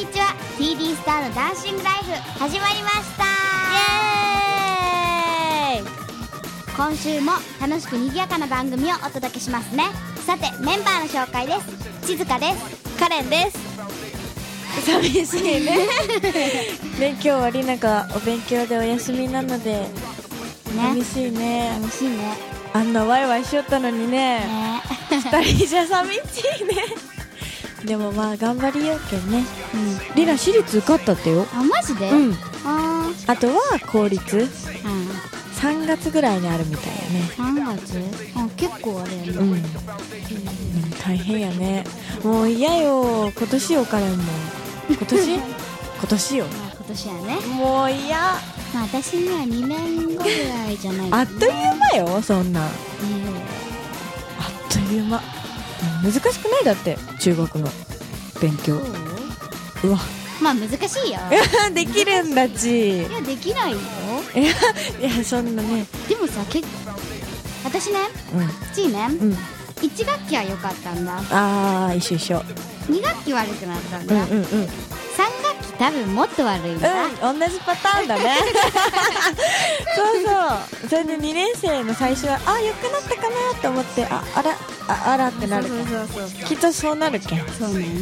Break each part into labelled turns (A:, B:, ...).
A: ビースターのダンシングライフ始まりました
B: イエーイ
A: 今週も楽しく賑やかな番組をお届けしますねさてメンバーの紹介です静香です
B: カレンです寂しいね ね今日はりながお勉強でお休みなので寂
A: ね
B: しいね
A: 楽し いね
B: あんなワイワイしよったのにね
A: ね
B: 二人じゃ寂しいねでもまあ頑張りようけんねうんりな私立受かったってよ
A: あマジで、
B: うん
A: あー
B: あとは公立
A: うん
B: 3月ぐらいにあるみたいやね
A: 3月あ結構あれやね、
B: うん、大変やねもう嫌よ今年よからも今 年今年よ
A: まあ今年やね
B: もう嫌あ
A: まあ私には2年後ぐらいじゃない
B: っという間よそんなんあ
A: という
B: っという間難しくないだって中国の勉強
A: そう
B: うわ
A: まあ難しいよい
B: できるんだちい
A: やできないよ
B: やそんなね
A: でもさ結私ねちいね、
B: うんうん
A: 1学期は良かったんだ
B: ああ一緒一緒
A: 2学期悪くなったん
B: う
A: だ、
B: んうんうんうん
A: 3学期多分もっと悪いんだ、
B: 同じパターンだ ねそうそうそれで2年生の最初はああ良くなったかなと思ってああらああらってなる
A: そうそうそうそ
B: きっとそうなるけん
A: うそうだよね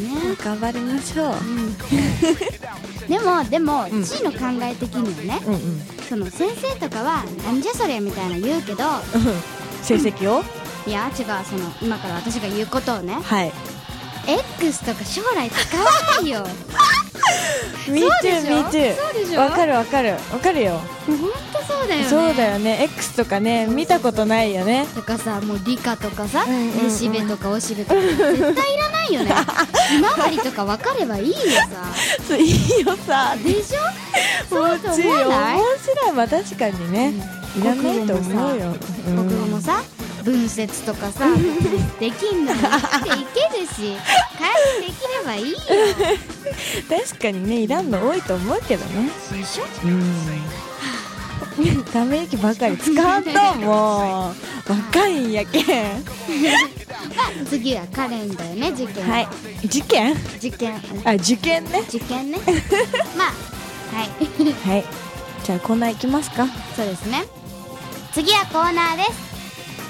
B: 頑張りましょう
A: でもでも、
B: うん
A: ちいの考え的にはね
B: うんうん
A: その先生とかは「なんじゃそれ」みたいな言うけど
B: 成績を
A: いや違うその今から私が言うことをね
B: はい
A: X とか将来使わない よ
B: Me
A: そうで
B: too
A: し
B: me
A: ょ
B: too
A: そうでしょ
B: わかるわかるわかるよ
A: もうほんとそうだよね
B: そうだよね X とかね見たことないよね
A: とかさもう理科とかさ、
B: うんうんうん
A: えしべとかおしべとか絶対いらない よねひまわりとか分かればいいよさ
B: そういいよさ
A: でしょそうと
B: 面
A: 思わない
B: 白いまあ確かにねいらないと思うよ
A: 国語もさ文節とかさできんのに生きていけるし会議できればいいよ
B: うん確かにねいらんの多いと思うけどね
A: でしょ
B: うんため息ばかり使わんともう若いんやけん
A: 次はカレンだよね受験
B: はい事件
A: 受験
B: あ受験ね
A: 受験ねまあはい
B: はいじゃあコーナー行きますか
A: そうですね次はコーナーです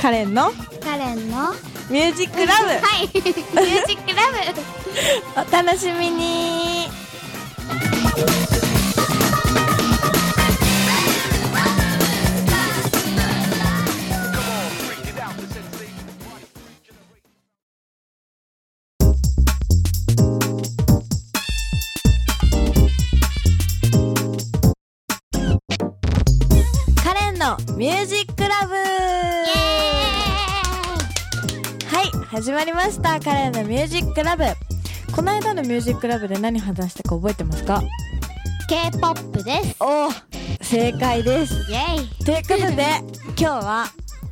B: カレンの
A: カレンの
B: ミュージックラブ、
A: はいミュージックラブ
B: お楽しみにカレンのミュージックラブ
A: イエ
B: はい始まりましたカレンのミュージックラブこの間のミュージックラブで何話したか覚えてますか
A: ーイ K-POP です
B: おお正解です
A: イエイ
B: ということで今日は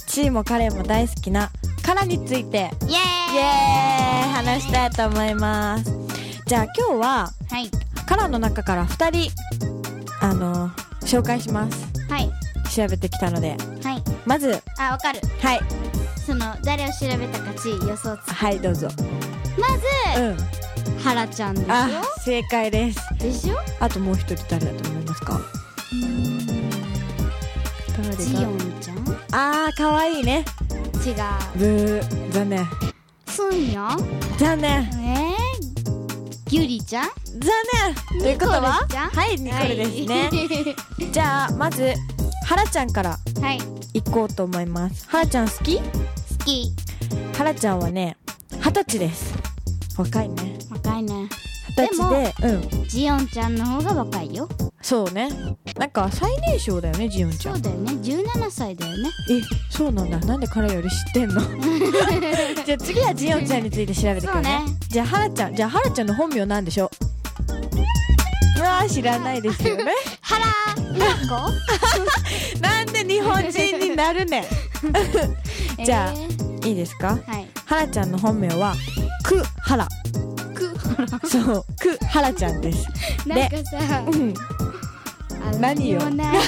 B: チーもカレンも大好きなカラにつ
A: イエ
B: いてイ
A: イ
B: エーイ話したいと思いますじゃあ今日は
A: はい
B: カラの中から2人あの紹介します
A: はい
B: 調べてきたので
A: はい
B: まず
A: あわかる
B: はい
A: その誰を調べたかち予想つ
B: はいどうぞ
A: まず
B: うん
A: ハラちゃんでし
B: あ正解です
A: ょでしょ
B: あともう一人誰だと思いますか誰だ
A: ジヨンちゃん
B: あーかわいいね
A: 違う
B: ブー残念
A: スンヨン
B: 残念
A: えー、ギュリちゃん
B: 残念ということは
A: ニコルちゃん
B: はいニコルですね、じゃあまずハラちゃんから
A: はいはい
B: 行こうと思いますハラちゃん好き
A: 好き
B: ハラちゃんはね二十歳です若いね
A: 若いね
B: 二十歳でうん
A: ジヨンちゃんの方が若いよ
B: そうねなんか最年少だよねジヨンちゃ
A: そ
B: ん
A: うだよね17歳だよね
B: えそうなんだなんで彼より知ってん のじゃあ次はジヨンちゃんについて調べてくるね
A: そうね
B: じゃあハラちゃんじゃあハラちゃんの本名なんでしょううわー知らないですよね
A: ハラーナコ
B: なんで日本人になるねん じゃあ、
A: え
B: いいですか
A: ーはい
B: ハラちゃんの本名はクハラ
A: く
B: そうクハラちゃんです
A: なんかさ
B: うん
A: あ
B: 何よ
A: もうね
B: なんで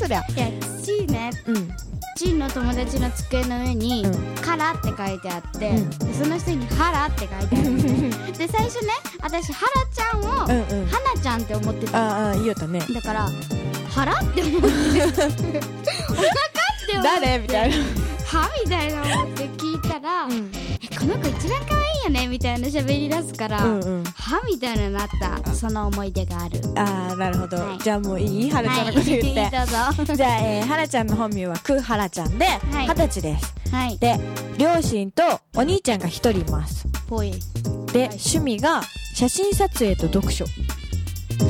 B: そりゃ
A: いやちいね
B: うん
A: ちんの友達の机の上に
B: うん
A: 「から」って書いてあって、
B: うん
A: でその人に「はら」って書いてあるんですで最初ね私はらちゃんを
B: う
A: は
B: んうん
A: なちゃんって思ってたの
B: ああ言うたね
A: だから「はら」って思ってお腹って思って
B: 誰みたいな
A: はみたいな思って聞いたら、えこの子一番可愛いよねみたいな喋り出すから、
B: うんうん
A: はみたいなのあったその思い出がある
B: ああなるほど、
A: はい
B: じゃあもういいはらちゃんのこと言って、
A: はいどう
B: じ
A: ぞ
B: ゃあ、えー、はらちゃんの本名はくはらちゃんで
A: い
B: 二十歳です
A: はい
B: で両親とお兄ちゃんが一人います
A: ぽい
B: で、
A: はい
B: 趣味が写真撮影と読書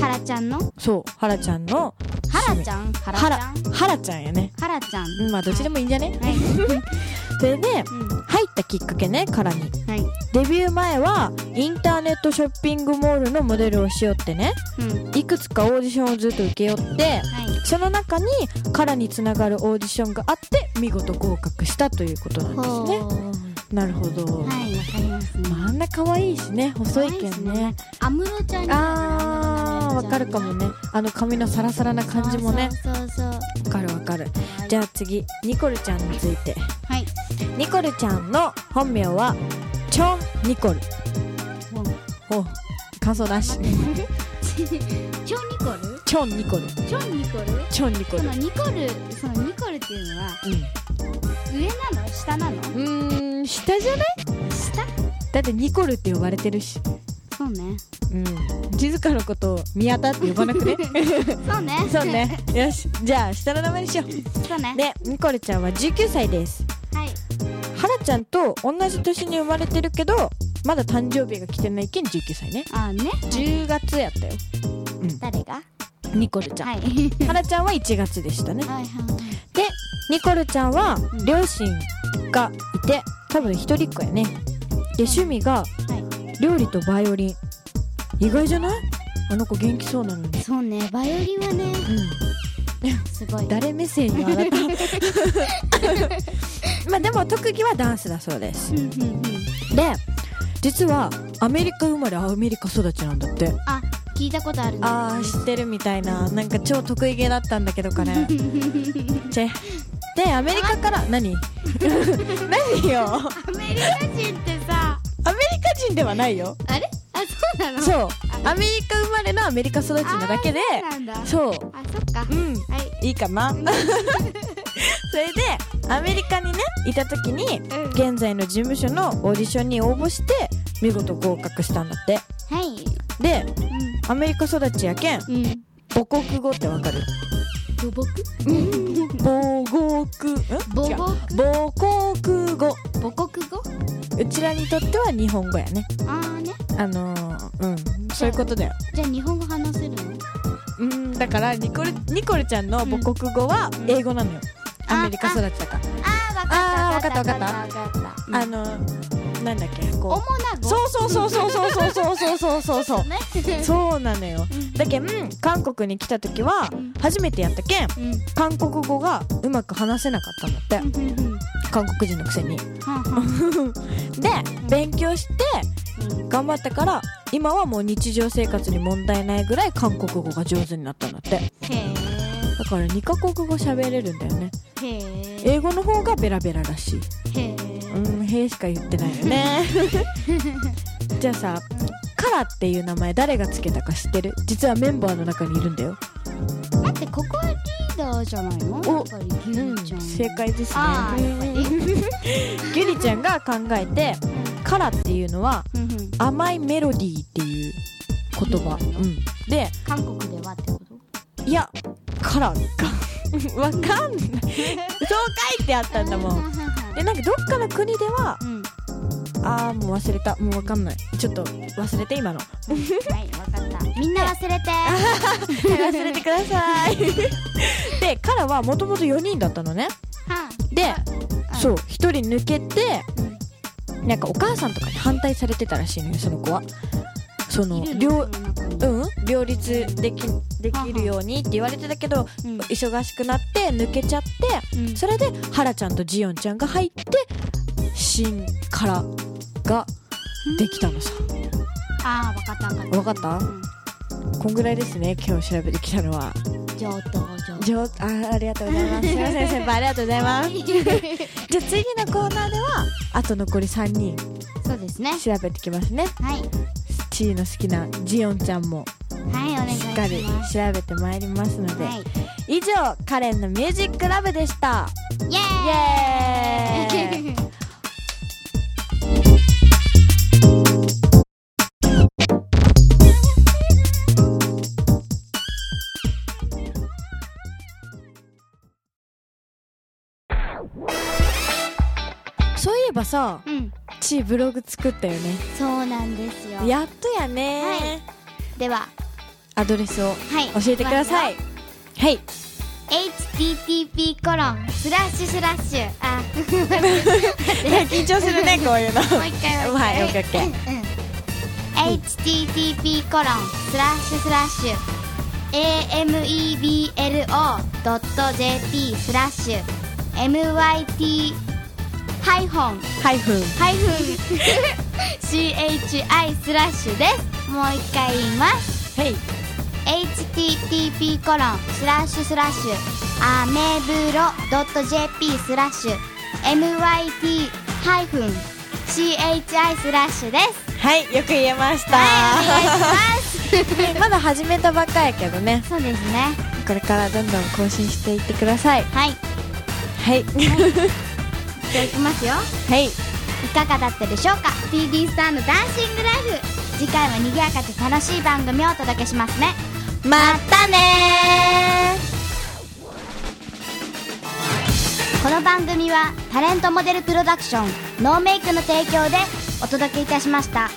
A: はらちゃんの
B: そうはらちゃんの
A: はらちゃんはらち
B: は
A: ゃ
B: ら
A: ん
B: はらちゃんやね
A: はらちゃん
B: うんまあどっちでもいいんじゃね
A: はい、
B: それで
A: うん
B: 入ったきっかけねからに
A: はい
B: デビュー前はインターネットショッピングモールのモデルをしよってね
A: うん
B: いくつかオーディションをずっと受けよって
A: はい
B: その中にカラにつながるオーディションがあって見事合格したということなんですね
A: ほ
B: なるほど、
A: うはいわかりますね
B: まあ、あんな可愛いしね細いけんね
A: 安室ちゃんに
B: あーわかるかもねあの髪のサラサラな感じもね
A: そうそうそうそう
B: わかるわかるじゃあ次ニコルちゃんについて
A: はい
B: ニコルちゃんの本名はチョン・ニコル
A: ほう
B: お感想なし
A: チョン・ニコル
B: チョン・ニコル
A: チョン・ニコル
B: チョン・ニコ
A: そ
B: ル
A: のニコルそのニコルっていうのは上なの下なの
B: うんうーん下じゃない
A: 下
B: だってニコルって呼ばれてるし
A: そうね
B: うん静香のことを宮田って呼ばなく ね
A: そうね
B: そうねよしじゃあ下の名前にしよう
A: そうね
B: でニコルちゃんは19歳です
A: はい
B: ハラちゃんと同じ年に生まれてるけどまだ誕生日が来てないけん19歳ね
A: あね
B: 10月やったよ
A: 誰が
B: ニコルちゃん、
A: は
B: はいい、ハラちゃんは1月でしたね
A: はいはい
B: でニコルちゃんは
A: うん
B: 両親がいて多分一人っ子やねで趣味が
A: は
B: 料理とバイオリン意外じゃないあの子元気そうなのに
A: いそうねバイオリンはね
B: う
A: すごい
B: ん誰目線よあ なたまあでも特技はダンスだそうです
A: うんうんうん
B: で実はアメリカ生まれアメリカ育ちなんだって
A: あ聞いたことあるね
B: ああ知ってるみたいななんか超得意げだったんだけどかねチェでアメリカから何 何よ
A: アメリカ人ってさ
B: アメリカ人ではないよ
A: あれあそうなのう
B: そうアメリカ生まれのアメリカ育ちなだけで
A: そうなんだあそ
B: そう
A: っか
B: う
A: は
B: ん
A: い
B: いいかな それでアメリカにねいた時に
A: うん
B: 現在の事務所のオーディションに応募して見事合格したんだって
A: はい
B: でアメリカ育ちやけん
A: うんうん
B: 母国語ってわかる
A: 土木
B: 母国ん違う
A: 母
B: 母国語
A: 母国語
B: うちらにとっては日本語やね
A: ああね
B: あのー、うんそういうことだよ
A: じゃあ日本語話せるの
B: うんだからニコルニコルちゃんの母国語は
A: うん
B: 英語なのよ、アメリカ育ちだから
A: ああわかった
B: あーわか
A: わ
B: った
A: かったわかった
B: あのー、なんだっけ
A: 主な
B: こう
A: 語
B: そうそうそうそうそうそうそうそうそうそう
A: ね
B: そうなのよだけん韓国に来た時は
A: うん
B: 初めてやったけん
A: うん
B: 韓国語がうまく話せなかったんだって
A: うんうんうん
B: 韓国人のくせにで
A: はんはん
B: 勉強して
A: うん
B: 頑張ったから今はもう日常生活に問題ないぐらい韓国語が上手になったんだって
A: へ
B: だから2カ国語喋れるんだよね
A: えへえ
B: 英語の方がベラベラらしい
A: へえ
B: うん「へ」しか言ってないよ ねじゃあさカラっていう名前誰がつけたか知ってる実はメンバーの中にいるんだよ
A: 待ってここはリーダーじゃないの
B: お
A: やっぱりギュウちゃん
B: 正解ですね
A: ああやっぱり
B: ギュリちゃんが考えてカラっていうのは
A: うんうん
B: 甘いメロディーっていう言葉、
A: うん
B: うん、で
A: 韓国ではってこと
B: いやカラーか わかんないそう書いてあったんだも
A: うん
B: んでなんかどっかの国では
A: うん
B: ああもう忘れたもうわかんないちょっと忘れて今の
A: はいわかったみんな忘れて
B: 忘れてください でカラはもともと4人だったのね
A: は
B: で
A: あ
B: そう1人抜けて
A: うん
B: なんかお母さんとかに反対されてたらしいのよその子はその
A: いる
B: 両
A: のその中に
B: うん、両立できできるようにって言われてたけど
A: うん
B: 忙しくなって抜けちゃって
A: うん
B: それでハラちゃんとジヨンちゃんが入って新からができたのさ
A: ああわかったわかった
B: わかったこんぐらいですね今日調べてきたのは
A: 上等上上手
B: 上あありがとうござい ますすいません先輩ありがとうございますじゃあ次のコーナーではあと残り3人
A: そうですね
B: 調べてきますね
A: はい
B: チーの好きなジオンちゃんも
A: はいお願い
B: しっかり
A: します
B: 調べてまいりますので、
A: はい
B: 以上カレンのミュージックラブでした
A: イ
B: イ
A: エ
B: エーイ
A: ーイ
B: そういえばさ
A: うん
B: チーブログ作ったよね
A: そうなんですよ
B: やっとやね、
A: はいでは
B: アドレスを
A: はい
B: 教えてくださいはい、
A: http コロンスラッシュスラッシュあ
B: 緊張する ねこういうの
A: もう一回もう一
B: はい
A: 回
B: オッケーオッケー
A: うんうん http コロンスラッシュスラッシュ ameblo.jp スラッシュ myt ハイフン
B: ハイフン
A: ハイフン CHI スラッシュですもう一回言います
B: はい
A: http コロンスラッシュスラッシュアメブロドット .jp スラッシュ myt ハイフン CHI スラッシュです
B: はいよく言えました、
A: はいお願いしま
B: まだ始めたばっかやけどね
A: すそうですね
B: これからどんどん更新していってください
A: はい
B: はい
A: じゃあいきますよ
B: はい
A: いかがだったでしょうか TD スターのダンシングライフ次回は賑やかで楽しい番組をお届けしますね
B: またね
A: この番組はタレントモデルプロダクションノーメイクの提供でお届けいたしました。